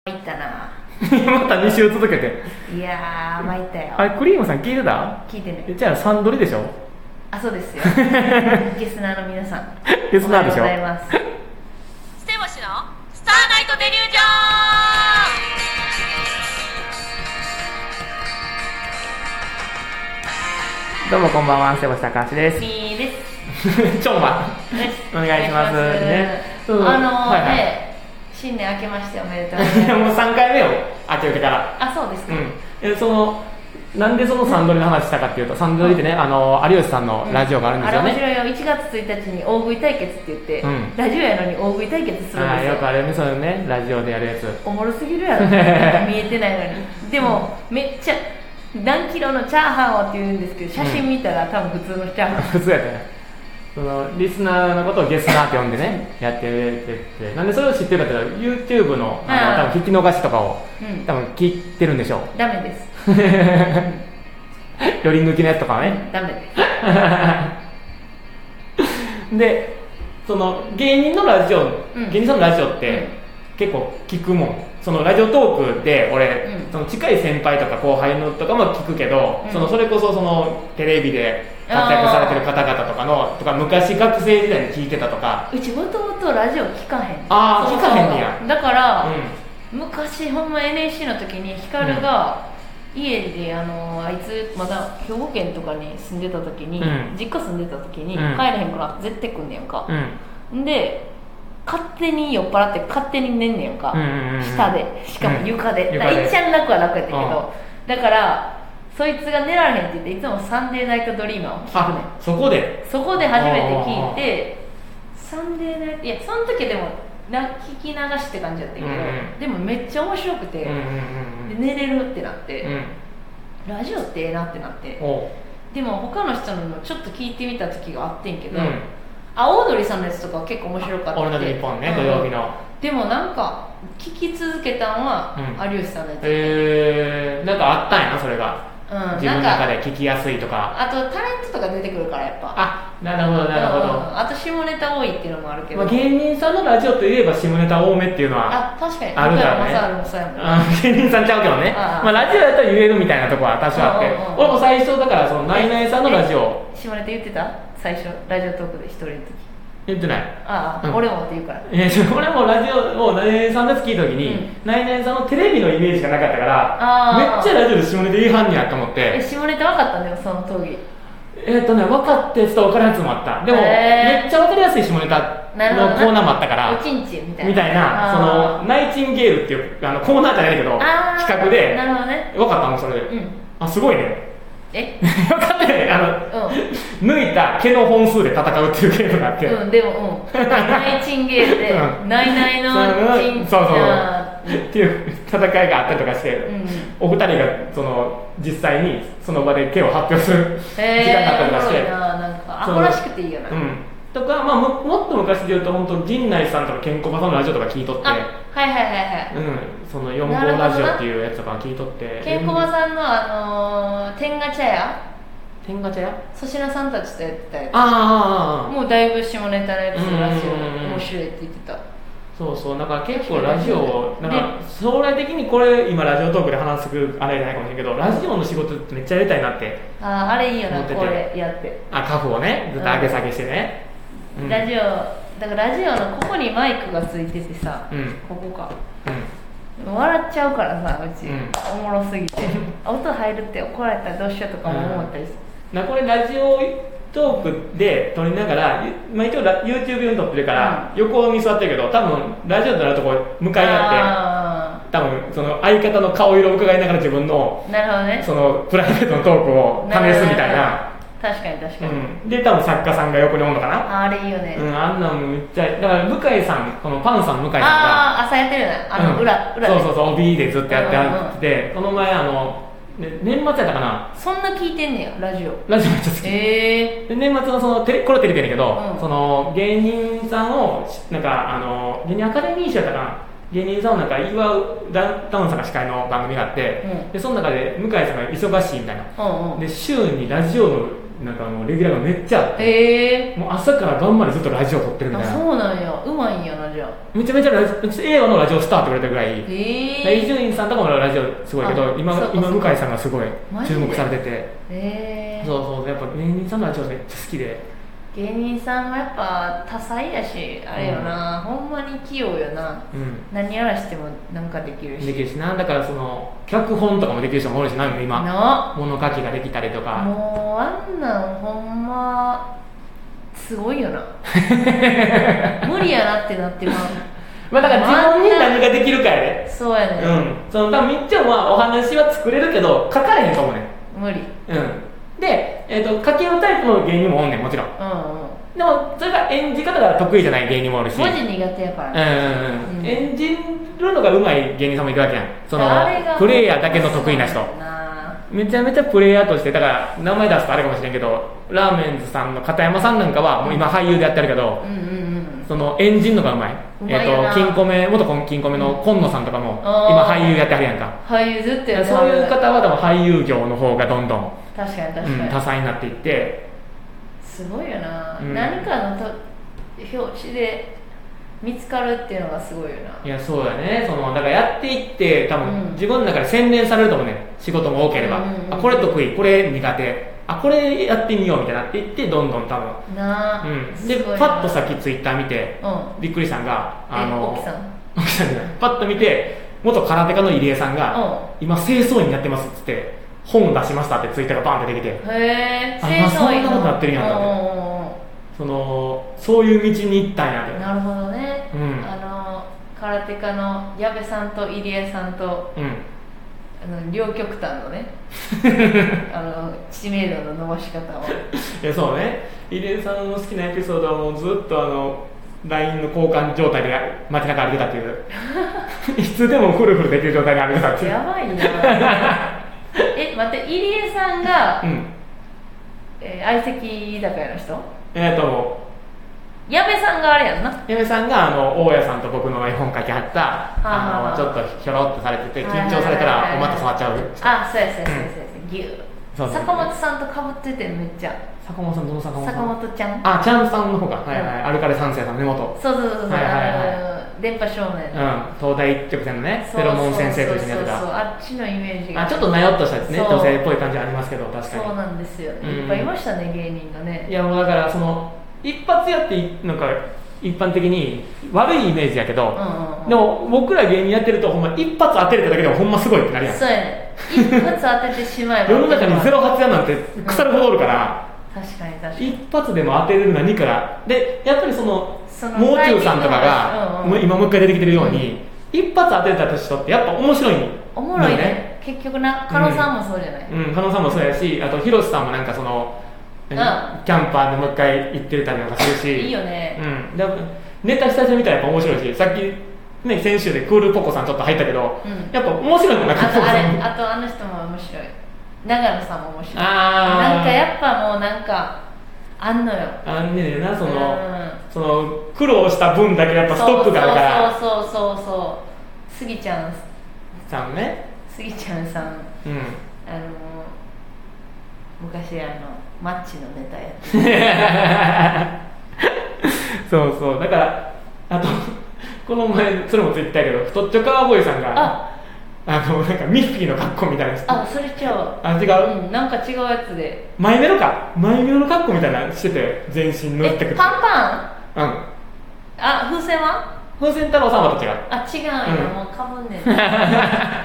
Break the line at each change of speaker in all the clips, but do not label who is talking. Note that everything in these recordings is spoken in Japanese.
また2週続けて
いやー参ったよ
あれクリームさん聞いてた
聞いて
え
ね
じゃあサンドリで しょ
あそう ですよゲスナーの皆さん
ゲスナーでしょ
おはようございます
ステボシのスターナイトデリュージョン
どうもこんばんはセボシ高橋 です
みーです
ちょんまお願いします
お願いし
ね
あの
うんはいはい
ね新年明けましておめでとうご ざいます
もう3回目をあけ受けたら
あそうです
う
か、
ん、えそのなんでそのサンドリの話したかっていうと、サンドリってね、あの有吉さんのラジオがあるんですよ
あ
ね、
れ面白いよ1月1日に大食い対決って言って、
うん
ラジオやのに大食い対決するんですよ
あーよくあれね、そのね、ラジオでやるやつ、
おもろすぎるやろなんか見えてないのにでも、めっちゃ何キロのチャーハンをって言うんですけど写真見たら、多分普通のチャーハン
普通やったね、そのリスナーのことをゲスナーって呼んでね、やっててて、なんでそれを知ってるかっていうと、YouTube のあの
あー
多分聞き逃しとかを、
うん
多分聞いてるんでしょう、
ダメです
より抜きのやつとかね。
ダメです
でその芸人のラジオ、
うん
芸人さんのラジオって、
うん
結構聞くもんそのラジオトークで俺、
うん
その近い先輩とか後輩のとかも聞くけど、
うん
そのそれこそそのテレビで活躍されてる方々とかのとか昔学生時代に聞いてたとか
うちもともとラジオ聞かへん
あー
そう
聞かへんねや
だから、
う
昔ほんま NSC の時にヒカルが家であのあいつまだ兵庫県とかに住んでた時に、
うん
実家住んでた時に、
うん
帰れへんから絶対来んねやんか
ん、うん
んで勝手に酔っ払って勝手に寝んねやんか、
うんうんうんうん
下でしか
うん
も床で、
床で
だからいっちゃん楽は楽やったけど、だからそいつが寝られへんって言っていつも「サンデーナイトドリーマー」を聞くねん
あそこで
そこで初めて聞いて「サンデーナイト」いやその時でもな聞き流しって感じだったけど、
うんうん
でもめっちゃ面白くて、
うんうん
で寝れるってなって、
うんうん
ラジオってええなってなって
おう
でも他の人のもちょっと聞いてみた時があってんけ
う
ど、
ん
あオードリーさんのやつとかは結構面白かった
俺の日本ね
う
土
ん
曜日の
でもなんか聞き続けたんは
う
有吉さんのやつ、うん
えー、なんかあったんやなそれが自
なん
分の中
か
で聞きやすいとか
あとタレントとか出てくるからやっぱ
あなるほどなるほど、
うんあと下ネタ多いっていうのもあるけど、
まあ、芸人さんのラジオといえば下ネタ多めっていうのは
あ確かに
あるからね
福山雅治もそうやもん
うん芸人さんちゃうけどね
ああ
まあ、ラジオやったら言えるみたいなとこは多少あっ
う
て
んうんうん
俺も最初だからそのナイナイさんのラジオ
下ネタ言ってた最初ラジオトークで一人の時
言ってない
ああ、
うん
俺もって言うから
えー俺もラジオをナイナイさんで聞いた時に、
うん
ナイナイさんのテレビのイメージがなかったか
あ
ら
あ
めっちゃラジオで下ネタ言いはんねやと思っ
え
て
下ネタ分かったんだよその闘技
えーっとね分かったやつと分からんやつもあったでも、
へー
めっちゃ分かりやすい下ネタ
なるほど
のコーナーもあったから
おちんちんみたいな
みたいな、そ
あ
の、ナイチンゲールっていう、あの、コーナーじゃないけど、
ーあー
企画で、
なるほどね
分かったのそれで、
うん
あ、すごいね。
え
分かったね。あ
うん
の、抜いた毛の本数で戦うっていうゲームがあって、
うん、でも、うん、 ナイチンゲールで、
う
ナイナイのチン
そうそう
あ
っていう戦いがあったりとかして、
ーうん、
お二人が、その、実際にその場で毛を発表する時
へ
間があったりとか
おも
し
ろ
て
い、な、なんか、ア
そう
ホらしくていいよな。
うん。とか、まあも、もっと昔で言うと、本当陣内さんとかケンコバさんのラジオとか聞いとって、
あ、はいはいはい
うん、その4号ラジオっていうやつとか聞いとって
はい。、ケンコバさんの、あのー、天ガ茶屋、
天ガチャや
粗品さんたちとやってたや
あ
つ。
あ
もうだいぶ下ネタのやつ
うんうんうんうん
ラジオ面白いって言ってた。
そうそうだから結構ラジオ
確か
な
に
んか将来的にこれ今ラジオトークで話すあれじゃないかもしれんけどラジオの仕事ってめっちゃやりたいなって
あーあれいいよな、
持ってて
これやって。
あカフをねずっと上げ下げしてねうん
ラジオ、だからラジオのここにマイクがついててさ、
うん
ここか。
うん
笑っちゃうからさうち、
うん
おもろすぎ て音入るって怒られたらどうしようとかも思ったりする、
なこれラジオトークで撮りながら、まあ、一応ラ YouTube 用に撮ってるから、横に座ってるけど多分ラジオになるとこう向かい合って
あ
多分その相方の顔色を伺いながら自分の
ーなるほどね
そのプライベートのトークを試すみたいな
確かに確かに、
うん、で多分作家さんが横におんのかな
ああれいいよね、
うん、あんなんめっちゃだから向井さんこのパンさん向井さんが
ああ朝やってるよねあの、
うん
裏裏で
そうそうそう OB でずっとやってあって、この前あの、ね、年末やったかな
そんな聞いてんねやラジオ
ラジオめっちゃ好き、
ええ
で年末のそのテレこれテレビやねんけど、
うん
その芸人さんをしなんかあの芸人アカデミー賞やったかな芸人さんをなんか祝うダウンタウンさんが司会の番組があって、
うん
でその中で向井さんが忙しいみたいな
うんうん
で週にラジオのなんかもうレギュラーがめっちゃあって
へえ
もう朝から晩までずっとラジオ撮ってるみたい
あ
な
そうなんやうまいんやなじゃあ
めちゃめちゃラジオ映画のラジオスターって言われたぐらい
へ
伊
え
集院さんとかもラジオすごいけど
あ
今
そうか
今
そうか
向井さんがすごい
マジ
注
で
目されてて
へえ
そうそうやっぱ芸人さんのラジオめっちゃ好きで
芸人さんはやっぱ多彩やしあれよな、ほんまに器用やな
うん
何やらしてもなんかできるし
できるしなだからその脚本とかもできる人もおるしな今
な
物書きができたりとか
もうあんなんほんますごいよ な無理やなってなってま
まあだから自分に
あんな
何ができるかや
う
で
そうや
う
ね、
んその多分みっちゃんはお話は作れるけど書かれへんかもね
無理
うんで、えー、と書きのタイプの芸人もおんねんもちろん
うんうん
でもそれが演じ方が得意じゃない芸人もおるし
文字苦手やから、
うんうんう、
うんん
演じるのが上手い芸人さんもいるわけやんその
あれが
プレイヤーだけの得意な人
そうやな
めちゃめちゃプレイヤーとしてだから名前出すとあれかもしれんけどラーメンズさんの片山さんなんかはもう今俳優でやってるけど
うんうんうん
その演じるのがうまい
上手い
え
よ
っ、
な
と金庫目元金庫目の今野さんとかも
あー
今俳優やってはるやんか
俳優ずっとやっては
そう
る
いう方は多分俳優業の方がどんどん、
確かに
う
確か
ん、
に、
多彩になっていって
すごいよな、
うん
何かのと表紙で見つかるっていうのがすごいよない
やそうだねそのだからやっていって多
う
分
ん
自分の中で洗練されると思うね仕事も多ければ、
うんうんうん
あこれ得意これ苦手あこれやってみようみたいになっていってどんどん多分
なあ、
うん、
す
で
ごいな
パッとさっきツイッター見て
うん
びっくりしたんがあ
え
の
奥さん
奥さんじゃないパッと見て元空手家の入江さんが、
う
今清掃員やってますっつって本を出しましたってツイッターがバンって出てきて
んへえ
あまあそんなことなってるんやんかそのそういう道に行ったんや
なるほどね、
うん
あの空手家の矢部さんと入江さんと
でうん
あの両極端 のねあの知名度の伸ばし方 を
いやそうね入江さんの好きなエピソードはもうずっとあの LINE の交換状態で街中歩いてたっていう いつでもフルフルできる状態で歩いてたっていう
やばいなえ待って入江さんが、
うん
えー相席居酒屋の人
えっ、とも
矢部さんがあれやんな
う矢部さんがあの大家さんと僕の絵本書きはった、
あ
あの
は
ちょっとひょろっとされてて緊張された
はいはいはいはい
らお股触っちゃう
あそうやそうやそうやそうやぎゅう
そうそう
坂本さんとかぶっててめっちゃ
坂本さんどの坂本さん
坂本ちゃん
あちゃんさんの方がはいはい、アルカレ三世さんの根元
そうそうそうそう、
はいはいはい
あの電波少
うん
年
東大一直線のね
そう
ペロモン先生と一緒にやって
そうそうそ
た
うあっちのイメージが
あちょっとなよっとしたですね
そう
女性っぽい感じありますけど確かに
そうなんですよ、
うん
いっぱいいましたね芸人が
い
ね
やもうだからその一発屋ってなんか一般的に悪いイメージや
う
け
ん
ど、
うんうん
でも僕ら芸人やってるとほんま一発当てれただけでもほんますごいってなるやん
そうやね一発当ててしまえば
世の中にゼロ発屋なんて腐るほどおるから、
確かに確かに
一発でも当てれる何からでやっぱりその
その
もう中さんとかが、
タイミングがうんうん
もう今もう一回出てきてるように、一発当てた人ってやっぱ面白いのよ
おもろいね結局な加納さんもそうじゃない、
うん、加納さんもそうやしあと広瀬さんもなんかその、何キャンパーでもう一回行ってるたりとかするし
いいよね、
うん、でネタ久々に見たらやっぱ面白いしさっき、ね、先週でクールポコさんちょっと入ったけど、
うん
やっぱ面白いもんな
あ
クールポ
と
コ
あれ
さんも
あとあの人も面白い長野さんも面白い
あー
なんかやっぱもうなんかあんのよ
あんねんなその,、
うん
その苦労した分だけやっぱストックがあるから
そうそうそうそうそうスギちゃん
さんね
スギちゃんさん
うん
あの昔あのマッチのネタやって
そうそうだからあと この前それもツイッターやけど太っちょカーボーイさんがあ
あの
のなんかミッフィーの格好みたいなのして
あそれちゃう
あ違う、
うんなんか違うやつで
マイメロかマイメロの格好みたいなのしてて全身塗ってく
えパンパン
うん
あ風船は
風船太郎さんはまた違う
あ違うんや、
うん
もうかぶんねん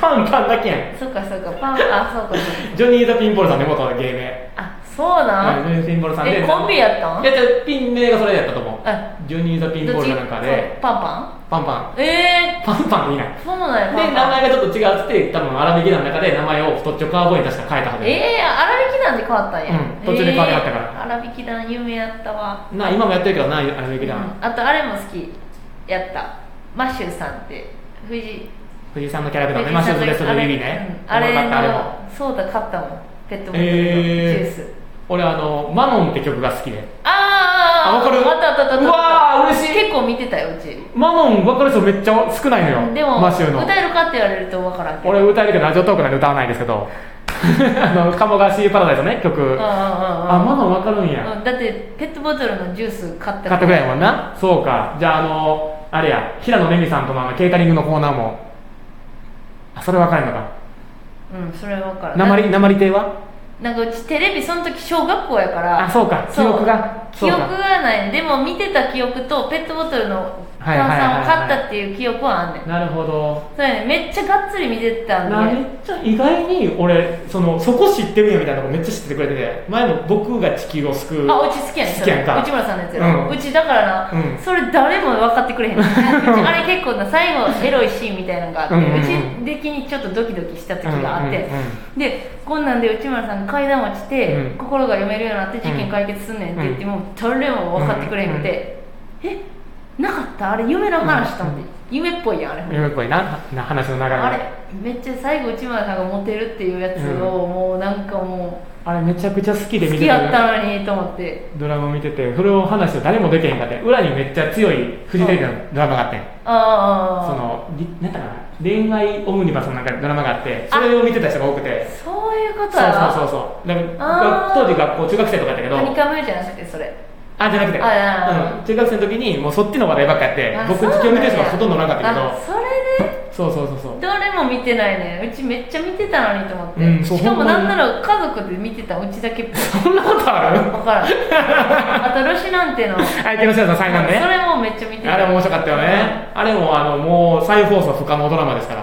そ
パンパンだけやん
っかそっかパンあそうかそうか
ジョニー・ザ・ピンボールさんね元の芸名
あそうな
はいジョ
ん
ニー・ザ・ピンボールさんで
えコンビやったん
いやじゃあピン名がそれやったと思
あ
うジョニー・ザ・ピンボールかなんか
そう
で
パンパ
パンパ
ンえ
ンパンパンって言いない
ー、そうなんやパンパン
で名前がちょっと違うっつって多分荒引き団の中で名前を太っちょカーボーイに出したら変えたはずや
ええー、荒引き団で変わったんや、
うん途中で変わりはったから
えー、荒引き団有名やったわ
なあ今もやってるけどな荒引き団
うんあとあれも好きやったマシューさんって藤井
藤井さんのキャラクターねマッ
藤
シ
井
ュ
さんの
ーズレスト
あ
の
れ
指ね
うんあれ
おもろかったあれも
のソーダ買ったもんペットボトルのジ
えー
ュース、
俺あのマノンって曲が好きで
あーあ
あわかる
あったあったあったあった
うわー嬉しい
結構見てたようち
マノン分かる人めっちゃ少ないのよ
でも
マッシューの
歌えるかって言われると分からんけど
俺歌えるけどラジオトークなんで歌わないですけど あの鴨川シーパラダイスのね曲あ
あ
まだ分かるんや
うんだってペットボトルのジュース買った
買ったぐらいやもんなそうかじゃああのあれや平野レミさんとのあのケータリングのコーナーもあそれ分かるのか
うんそれは分からん
鉛鉛亭は
なんかうちテレビその時小学校やから
あそうか記
そう
憶が
記憶
そうか
がないでも見てた記憶とペットボトルの
はい
炭
はいはいはい
酸を買ったっていう記憶はあんねん
なるほど
そうやねめっちゃがっつり見てた
なんめっ
で
ちゃ意外に俺そのそこ知ってるよみたいなとこめっちゃ知っててくれてて前の「僕が地球を救う」
あうち好きやねん
好きやんか
それ内村さんのやつやろ、
う
うんちだからな、
うん
それ誰も分かってくれへんう ちあれ結構な最後エロいシーンみたいなのがあって
うんうんうん
うち的にちょっとドキドキした時があって、
うんうん
でこんなんで内村さんが階段落ちて、
うん
心が読めるようになって事件解決すんねんって言って、
うん
もう誰も分かってくれへんくて、えなかったあれ夢の話と思って、夢っぽいやんあれ、
うん夢っぽいなな話の流れ
あれめっちゃ最後内村さんがモテるっていうやつを、
うん
もうなんかも
あれめちゃくちゃ好き
う
で
好
見
き
て
やったたのにと思って
ドラマ見ててそれを話して誰もできへんかって裏にめっちゃ強いフジテレビのドラマがあってんそ
ああ
のりなんだかな恋愛オムニバスのなんかドラマがあってそれを見てた人が多くて
そそういうこ
そう
とやな
そうそうそうだから
あー
当時学校中学生とかやったけど
カニカムじゃなくてそれ
あじゃなくて
あああ
うん、中学生の時にもうそっちの話題ばっかやって
あ
僕
そうなん
地
や
球を見てる人がほとんどおらんかったけ
あそれで
どそうそうそうそう
どれも見てないねうちめっちゃ見てたのにと思って、
うんそう
しか
ほ
も
んま
な
に
んなら家族で見てたうちだけっぽい
そんなことある
分からん あとロシなんての
相手の人の災難
そ
ね
れもめっちゃ見てた
あれも面白かったよねあれもあのもう再放送不可能ドラマですから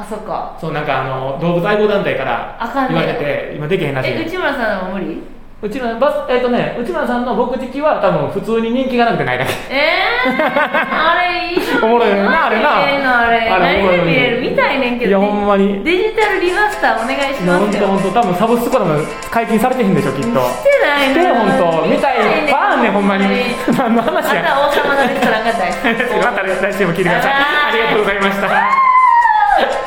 あそっか
そうなんかあの動物愛護団体から
あかんね
言われてて今できへんらしい
え
ね
内村さんも無理
うちのバスえっとね内村さんの僕的は多分普通に人気がなくてないだけ
え ー、あれいいの
おもろいよなあれな
見れんのあれ
あれおもろいよ
何で見れるみたいねんけど
いやほんまに
デジタルリマスターお願いし
いや
ま
本
す
当
よ
本当多分サブスクとかも解禁されてへんでしょきっと
してない
で
の
本当見たいバーンねほんまに何の
あ
話
と
や
は王様 のレストランが大好き
また来週も聞いてください。ありがとうございました。